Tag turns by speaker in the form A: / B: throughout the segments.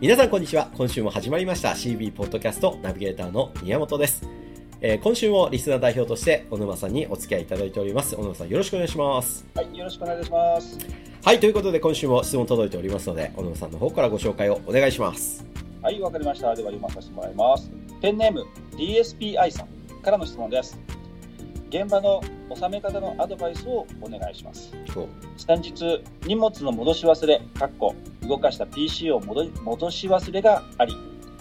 A: 皆さんこんにちは今週も始まりました CB ポッドキャストナビゲーターの宮本です、えー今週もリスナー代表として小沼さんにお付き合いいただいております小沼さんよろしくお願いします
B: はい、よろしくお願いします。
A: はいということで今週も質問届いておりますので小沼さんの方からご紹介をお願いします
B: はい、わかりました。では読まさせてもらいます。ペンネーム DSPI さんからの質問です。現場の納め方のアドバイスをお願いします。先日、荷物の戻し忘れ、かっこ動かした PC を戻り戻し忘れがあり、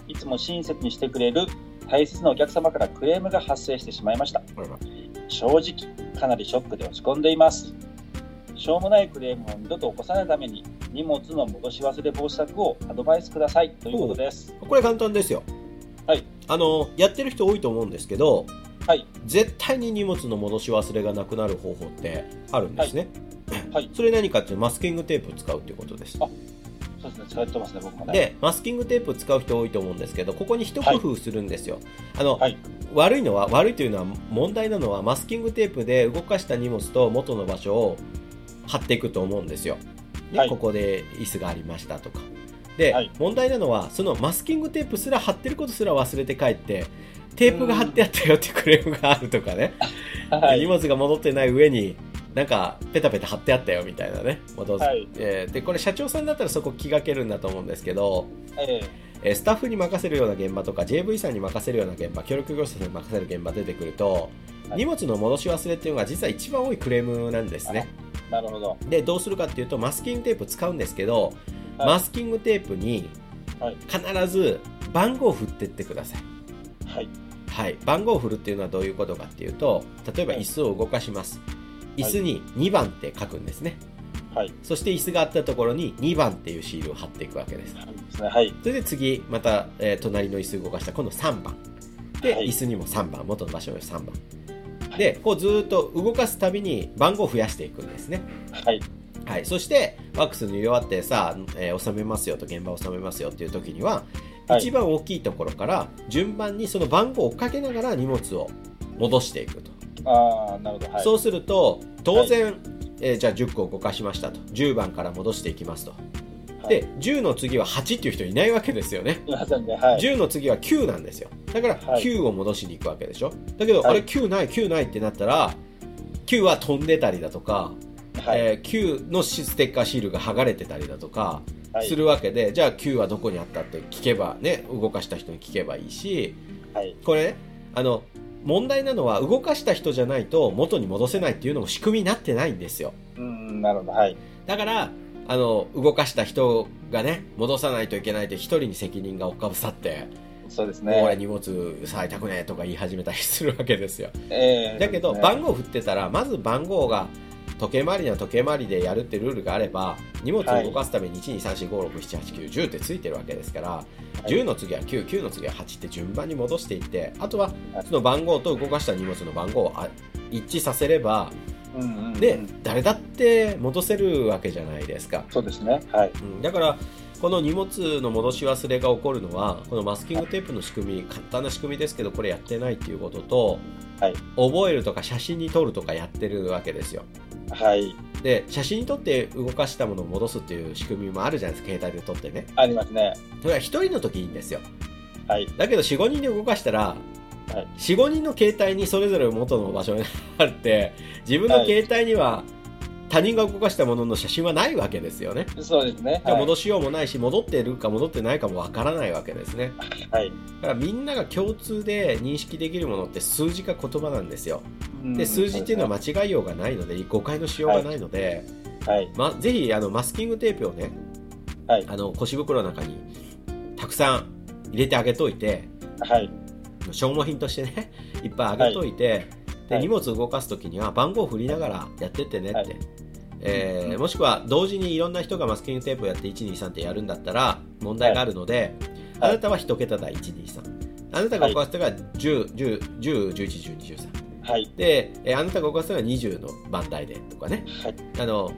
B: いつも親切にしてくれる大切なお客様からクレームが発生してしまいました。
A: あらら
B: 正直かなりショックで落ち込んでいますしょうもないクレームを二度と起こさないために荷物の戻し忘れ防止策をアドバイスくださいということです
A: これ簡単ですよ
B: はい
A: あのやってる人多いと思うんですけど
B: はい
A: 絶対に荷物の戻し忘れがなくなる方法ってあるんですね、
B: はい
A: それ何かっていうとマスキングテープを使うということです
B: あそうですね使ってますね僕もね
A: でマスキングテープ使う人多いと思うんですけどここに一工夫するんですよ、あの
B: はい
A: 悪いのは悪いというのは問題なのはマスキングテープで動かした荷物と元の場所を貼っていくと思うんですよで、
B: はい
A: ここで椅子がありましたとかで、
B: はい
A: 問題なのはそのマスキングテープすら貼ってることすら忘れて帰ってテープが貼ってあったよってクレームがあるとかね
B: は
A: 荷
B: い
A: 物が戻ってない上になんかペタペタ貼ってあったよみたいなね、まあどうぞ
B: はい
A: えーでこれ社長さんだったらそこ気がけるんだと思うんですけど、え
B: え
A: ースタッフに任せるような現場とか JV さんに任せるような現場協力業者さんに任せる現場出てくると、
B: はい
A: 荷物の戻し忘れっていうのが実は一番多いクレームなんですね
B: ーなるほど
A: でどうするかっていうとマスキングテープ使うんですけど、
B: はい
A: マスキングテープに
B: はい
A: 必ず番号を振ってってください
B: はい
A: はい、番号を振るっていうのはどういうことかっていうと例えば
B: はい
A: 椅子を動かします
B: い
A: 椅子に2番って書くんですね
B: はい
A: そして椅子があったところに2番っていうシールを貼っていくわけです
B: そうですねはい
A: それで次また、えー隣の椅子を動かした今度3番で、
B: はい
A: 椅子にも3番元の場所にも3番
B: はい
A: でこうずーっと動かすたびに番号を増やしていくんですね
B: はい
A: はい、そしてワックス塗り終わってさ、えー収めますよと現場収めますよっていう時には、
B: はい
A: 一番大きいところから順番にその番号を追っかけながら荷物を戻していくと、
B: ああなるほどはい
A: そうすると当然、えーじゃあ10個動かしましたと10番から戻していきますと、
B: はい
A: で10の次は8っていう人いないわけですよね
B: すいませんねはい
A: 10の次は9なんですよだから
B: はい
A: 9を戻しに行くわけでしょだけど、
B: はい
A: あれ9ない9ないってなったら9は飛んでたりだとか
B: はい
A: えー Q のステッカーシールが剥がれてたりだとか
B: はい
A: するわけで、じゃあ Q はどこにあったって聞けばね動かした人に聞けばいいし
B: はい
A: これねあの問題なのは動かした人じゃないと元に戻せないっていうのも仕組みになってないんですよ
B: うーんなるほどはい
A: だからあの動かした人がね戻さないといけないって一人に責任がおっかぶさって、
B: そうです
A: もう俺
B: ね
A: 荷物さいたくねえとか言い始めたりするわけですよ
B: えー
A: だけど
B: ね
A: 番号振ってたらまず番号が時計回りには時計回りでやるってルールがあれば荷物を動かすために12345678910ってついてるわけですから
B: い
A: 10の次は99の次は8って順番に戻していってあとはその番号と動かした荷物の番号をあ一致させれば
B: うんうんうん
A: で誰だって戻せるわけじゃないですか、
B: そうですねはい
A: うん、だからこの荷物の戻し忘れが起こるのはこのマスキングテープの仕組み簡単な仕組みですけどこれやってないっていうことと
B: はい
A: 覚えるとか写真に撮るとかやってるわけですよ
B: はい
A: で写真に撮って動かしたものを戻すっていう仕組みもあるじゃないですか携帯で撮ってね
B: ありますね
A: それは1人の時いいんですよ
B: はい
A: だけど45人で動かしたら、
B: はい
A: 45人の携帯にそれぞれ元の場所にあって自分の携帯には他人が動かしたものの写真はないわけですよね
B: そうですね
A: じゃあ
B: はい
A: 戻しようもないし戻ってるか戻ってないかもわからないわけですね
B: はい
A: だからみんなが共通で認識できるものって数字か言葉なんですよ
B: うん
A: で数字っていうのは間違いようがないので誤解のしようがないので、
B: はい
A: ま、ぜひあのマスキングテープをね
B: はい
A: あの腰袋の中にたくさん入れてあげといて
B: はい
A: 消耗品としてねいっぱいあげといて、で
B: はい
A: 荷物を動かす時には番号を振りながらやってってねって、
B: はい
A: えーもしくは同時にいろんな人がマスキングテープをやって123ってやるんだったら問題があるので、
B: はい
A: あなたは1桁台123あなたが動かすのが10、10、10、11、12、13。
B: はい
A: で、えーあなたが動かすのが20の番台でとかね。
B: はい
A: あの、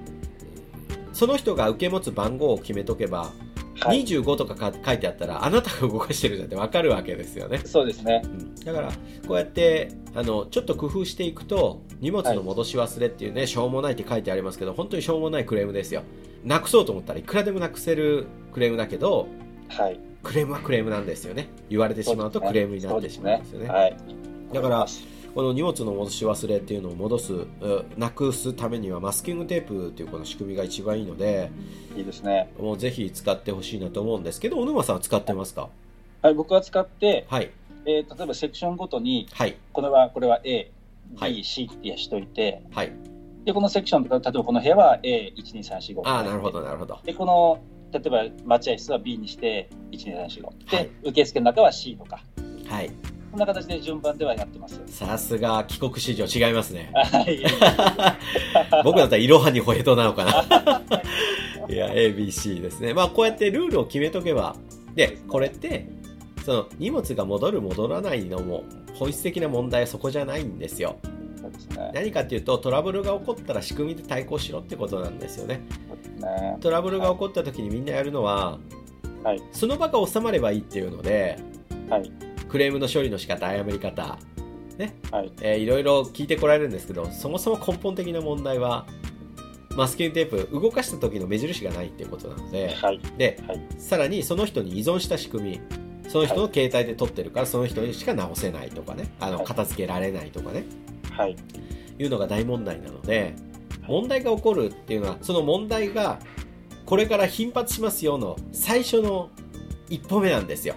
A: その人が受け持つ番号を決めとけば、
B: はい
A: 25とかか書いてあったら、あなたが動かしてるじゃんってわかるわけですよね。
B: そうですね
A: うんだから、こうやって、あの、ちょっと工夫していくと、荷物の戻し忘れっていうね、しょうもないって書いてありますけど、本当にしょうもないクレームですよ。なくそうと思ったらいくらでもなくせるクレームだけど、
B: はい。
A: クレームはクレームなんですよね言われてしまうとクレームになってしまうんですよね
B: はい。
A: だからこの荷物の戻し忘れっていうのを戻すうなくすためにはマスキングテープっていうこの仕組みが一番いいので
B: いいですね。
A: もうぜひ使ってほしいなと思うんですけど小沼さんは使ってますか
B: はい、僕は使って、
A: はい
B: えー例えばセクションごとに、
A: はい
B: これは、これは A、
A: はい
B: B、C ってしといて、
A: はい
B: で、このセクションとか、例えばこの部屋は A、1、2、3、4、5。
A: ああなるほどなるほど
B: で、この、例えば待合室は B にして、1、2、3、4、5。で、
A: はい
B: 受付の中は C とか。
A: はい
B: こんな形で順番ではやってます。
A: さすが帰国史上違いますね
B: はい。
A: 僕だったらいろはにホエトなのかない や ABC ですねまあこうやってルールを決めとけばでこれってその荷物が戻る戻らないのも本質的な問題はそこじゃないんですよ
B: そうですね。
A: 何かっていうとトラブルが起こったら仕組みで対抗しろってことなんですよね
B: そうですね。
A: トラブルが起こった時にみんなやるのは、
B: はい
A: その場が収まればいいっていうので、
B: はい
A: クレームの処理の仕方謝り方ね、
B: はい
A: えーいろいろ聞いてこられるんですけどそもそも根本的な問題はマスキングテープ動かした時の目印がないっていうことなので
B: はい。
A: で、
B: はい
A: さらにその人に依存した仕組みその人の携帯で撮ってるからその人にしか直せないとかねあの
B: はい
A: 片付けられないとかね
B: はい。
A: いうのが大問題なので
B: はい
A: 問題が起こるっていうのはその問題がこれから頻発しますよの最初の一歩目なんですよ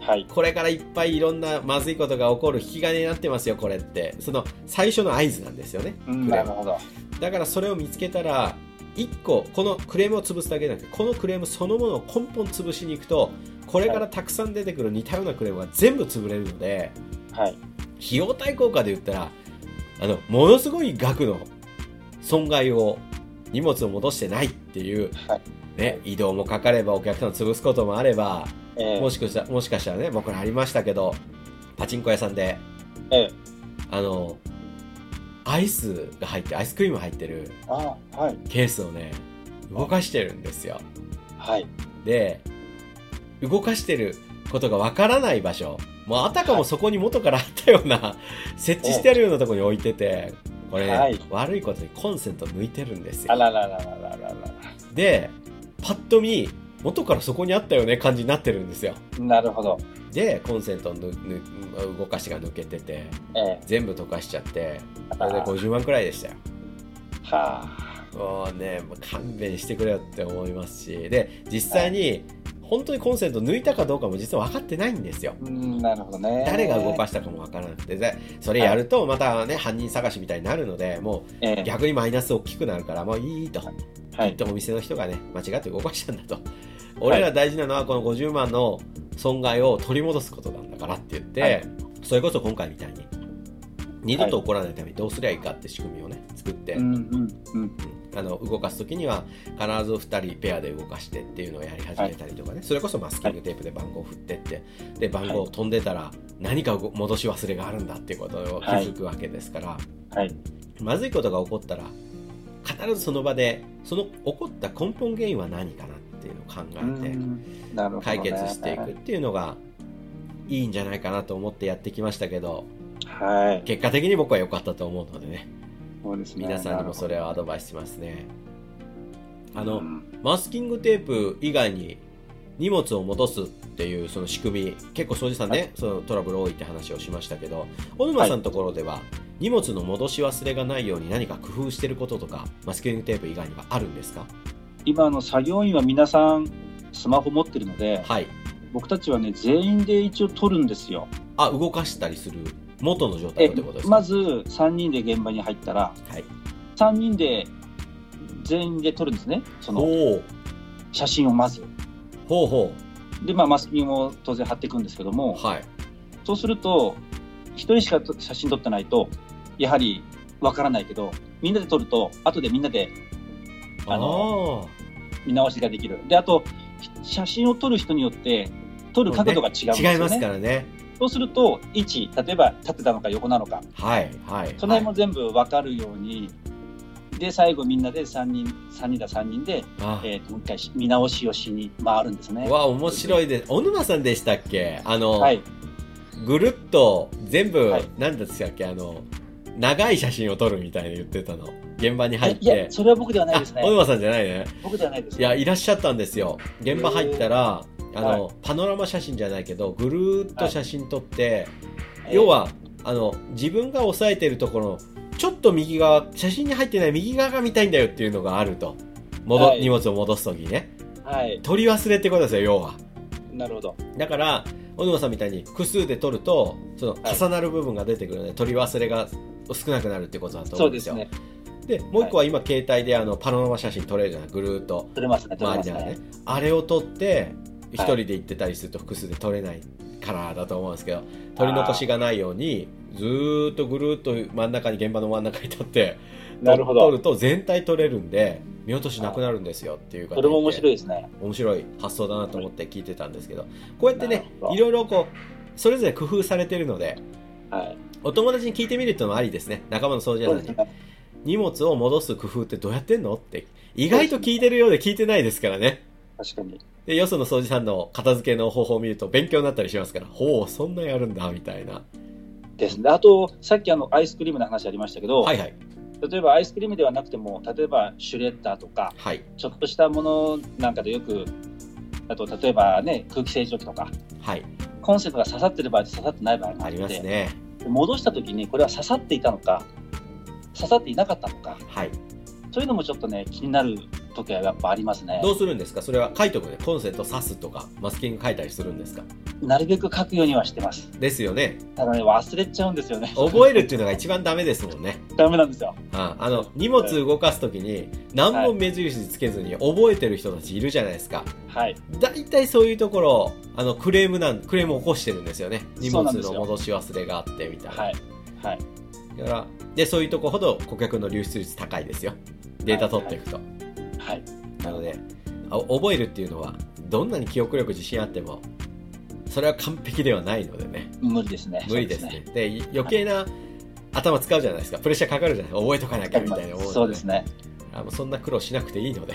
B: はい。
A: これからいっぱいいろんなまずいことが起こる引き金になってますよこれってその最初の合図なんですよね
B: うん
A: クレー
B: なる
A: ム
B: ほど。
A: だからそれを見つけたら1個このクレームを潰すだけじゃなくてこのクレームそのものを根本潰しに行くとこれからたくさん出てくる似たようなクレームが全部潰れるので
B: はい。
A: 費用対効果で言ったらあのものすごい額の損害を荷物を戻してないっていう、
B: はい
A: ね、移動もかかればお客さんを潰すこともあれば
B: えー
A: もしかしたもしかしたらね僕らありましたけどパチンコ屋さんで
B: え
A: あのアイスが入ってアイスクリーム入ってる
B: ーあーはい。
A: ケースをね動かしてるんですよ
B: はい。
A: で動かしてることがわからない場所もうあたかもそこに元からあったような、 設置してあるようなところに置いててこれ、ね
B: はい
A: 悪いことにコンセント抜いてるんです
B: あ
A: よ
B: ららららららら
A: でパッと見元からそこにあったよね感じになってるんですよ
B: ら。なるほど。
A: でコンセントのぬぬ動かしが抜けてて
B: え
A: 全部溶かしちゃって
B: ー、
A: これで50万くらいでしたよ
B: はあ。
A: もうね、もう勘弁してくれよって思いますし、で、実際に、本当にコンセント抜いたかどうかも実は分かってないんですよ。
B: うん、なるほどね。
A: 誰が動かしたかも分からなくて、でそれやるとまたね、犯人探しみたいになるので、も
B: え
A: う
B: ー
A: 逆にマイナス大きくなるから、もういいと。
B: は
A: きっ
B: い。
A: とお店の人がね、間違って動かしたんだと。俺ら大事なのはこの50万の損害を取り戻すことなんだからって言って、
B: はい
A: それこそ今回みたいに、二度と起こらないためにどうすりゃいいかって仕組みをね、作って、
B: うんうんうん。
A: あの動かす時には必ず2人ペアで動かしてっていうのをやり始めたりとかね、それこそマスキングテープで番号を振ってってで番号を飛んでたら何かご戻し忘れがあるんだっていうことを気づくわけですから、
B: はい。
A: まずいことが起こったら必ずその場でその起こった根本原因は何かなっていうのを考
B: う
A: えて
B: んなるほどね。
A: 解決していくっていうのがいいんじゃないかなと思ってやってきましたけど
B: はい。
A: 結果的に僕は良かったと思うのでね
B: そうですね。
A: 皆さんにもそれをアドバイスしますね。あの、
B: うん
A: マスキングテープ以外に荷物を戻すっていうその仕組み結構庄司さんね、
B: はい
A: そのトラブル多いって話をしましたけど小沼さんのところでは、荷物の戻し忘れがないように何か工夫してることとかマスキングテープ以外にはあるんですか
B: 今あの作業員は皆さんスマホ持ってるので、
A: はい
B: 僕たちはね、全員で一応撮るんですよ。
A: あ動かしたりする元の状態
B: え
A: をってことですか
B: まず3人で現場に入ったら、
A: はい、
B: 3人で全員で撮るんですね。そ
A: お
B: の
A: お
B: 写真をまず。
A: ほうほ
B: で、まあ、マスキングを当然貼っていくんですけど
A: う
B: も、
A: はい
B: そうすると、一人しかと写真撮ってないと、やはりわからないけど、みんなで撮ると、後でみんなであの見直しができる。で、あと、写真を撮る人によって、撮る角度が違うん
A: あ
B: ですよ
A: ー
B: ね。
A: 違いますからね
B: そうすると、位置、例えば立ってたのか横なのか、
A: はいはい
B: その辺も全部わかるように、で、最後みんなで3人、3人だ3人で、
A: はいあ
B: えーともう一回し見直しをしに回るんですね。
A: わ面白いです小沼さんでしたっけあの、
B: はい。
A: ぐるっと全部、
B: はい
A: なんだったっけあの長い写真を撮るみたいに言ってたの現場に入っ
B: えいや
A: て、
B: それは僕ではないです
A: あ小
B: ね。
A: 沼さんじゃないね
B: 僕ではないです
A: いやいらっしゃったんですよ現場入ったら、あの、
B: は
A: パノラマ写真じゃないけどぐるーっと写真撮って、
B: えー
A: 要はあの自分が押さえてるところちょっと右側写真に入ってない右側が見たいんだよっていうのがあると戻、
B: はい
A: 荷物を戻す時ね
B: はい。
A: 取り忘れってことですよ要は
B: なるほど。
A: だから小沼さんみたいに複数で取るとその
B: はい
A: 重なる部分が出てくるので、取り忘れが少なくなるってことだと思
B: そううん
A: で
B: ですす
A: よ
B: ね。
A: でもう一個は今携帯であのパノラマ写真撮れるじゃないぐるーっと
B: 取れますね、取
A: 周
B: れま
A: り
B: す
A: ながらね
B: ね。
A: あれを撮って一
B: はい
A: 人で行ってたりすると複数で撮れないからだと思うんですけど取り残しがないようにずーっとぐるーっと真ん中に現場の真ん中に立って
B: なるほ
A: 撮
B: ど。
A: ると全体撮れるんで見落としなくなるんですよっていうか
B: それも面白
A: い
B: いですね。
A: 面白い発想だなと思って聞いてたんですけどこうやってね
B: なるほど
A: いろいろこうそれぞれ工夫されてるので
B: はい。
A: お友達に聞いてみるってのもありですね仲間の掃除屋さ
B: そうんで
A: に
B: すね。
A: 荷物を戻す工夫ってどうやってんのって意外と聞いてるようで聞いてないですからね
B: 確かに。
A: でよその掃除さんの片付けの方法を見ると勉強になったりしますからほうそんなやるんだみたいな
B: ですね。あと、さっきあの、アイスクリームの話ありましたけど、
A: はいはい
B: 例えばアイスクリームではなくても、例えばシュレッダーとか、
A: はい
B: ちょっとしたものなんかでよく、あと、例えばね、空気清浄機とか、
A: はい
B: コンセントが刺さってる場合と刺さってない場合があ
A: あ
B: って
A: りますね
B: 戻した時にこれは刺さっていたのか刺さっていなかったのか
A: はい
B: そういうのもちょっとね気になる時はやっぱありますね
A: どうするんですかそれは書いとくねコンセント刺すとかマスキング書いたりするんですか
B: なるべく書くようにはしてます
A: ですよね
B: ただね忘れちゃうんですよね
A: 覚えるっていうのが一番ダメですもんね
B: ダメなんですよ
A: ああの荷物動かす時に何も目印つけずに覚えてる人たちいるじゃないですか
B: はい
A: 大体そういうところあのクレームなんクレームを起こしてるんですよね荷
B: そう
A: 物
B: なんです
A: の
B: よ
A: 戻し忘れがあってみたいな
B: はいはい
A: だからでそういうとこほど顧客の流出率高いですよデータ取っていくと、
B: はい
A: なのであ覚えるっていうのはどんなに記憶力自信あってもそれは完璧ではないので ね
B: 無理ですね
A: 無理ですねでい余計な頭使うじゃないですかプレッシャーかかるじゃないですか覚えとかなきゃみたいな思うの
B: そうですね
A: あもうそんな苦労しなくていいので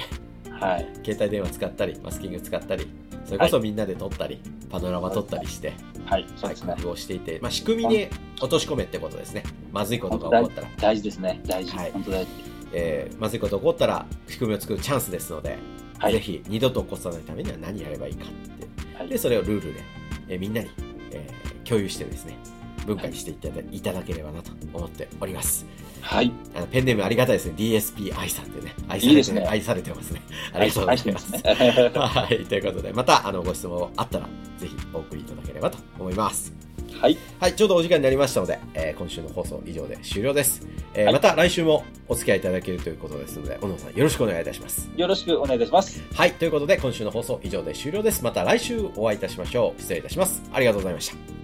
B: はい
A: 携帯電話使ったりマスキング使ったりそれこそみんなで撮ったり、パノラマ撮ったりして、
B: はいそ
A: は
B: うで
A: い、
B: すね
A: 工夫をしていて、まあ、仕組みに落とし込めってことですねまずいことが起こったら
B: 大事ですね大事、
A: はい
B: 本当大事
A: えーまずいこと起こったら仕組みを作るチャンスですので、
B: はい
A: ぜひ二度と起こさないためには何やればいいかって、
B: はい
A: でそれをルールで、えーみんなに、えー共有してですね文化にしていただ,、い、ただければなと思っております
B: はい
A: あのペンネームありがたいですね DSPI さんってね愛されて
B: いいですね
A: 愛されてますねありがとうございます
B: 大事ですね
A: はいということでまたあのご質問あったらぜひお送りいただければと思います
B: はい
A: はい、ちょうどお時間になりましたので、えー今週の放送以上で終了です。えー
B: はい
A: また来週もお付き合いいただけるということですので、小野さんよろしくお願いいたします。
B: よろしくお願いいたします
A: はい、ということで今週の放送以上で終了です。また来週お会いいたしましょう。失礼いたします。ありがとうございました。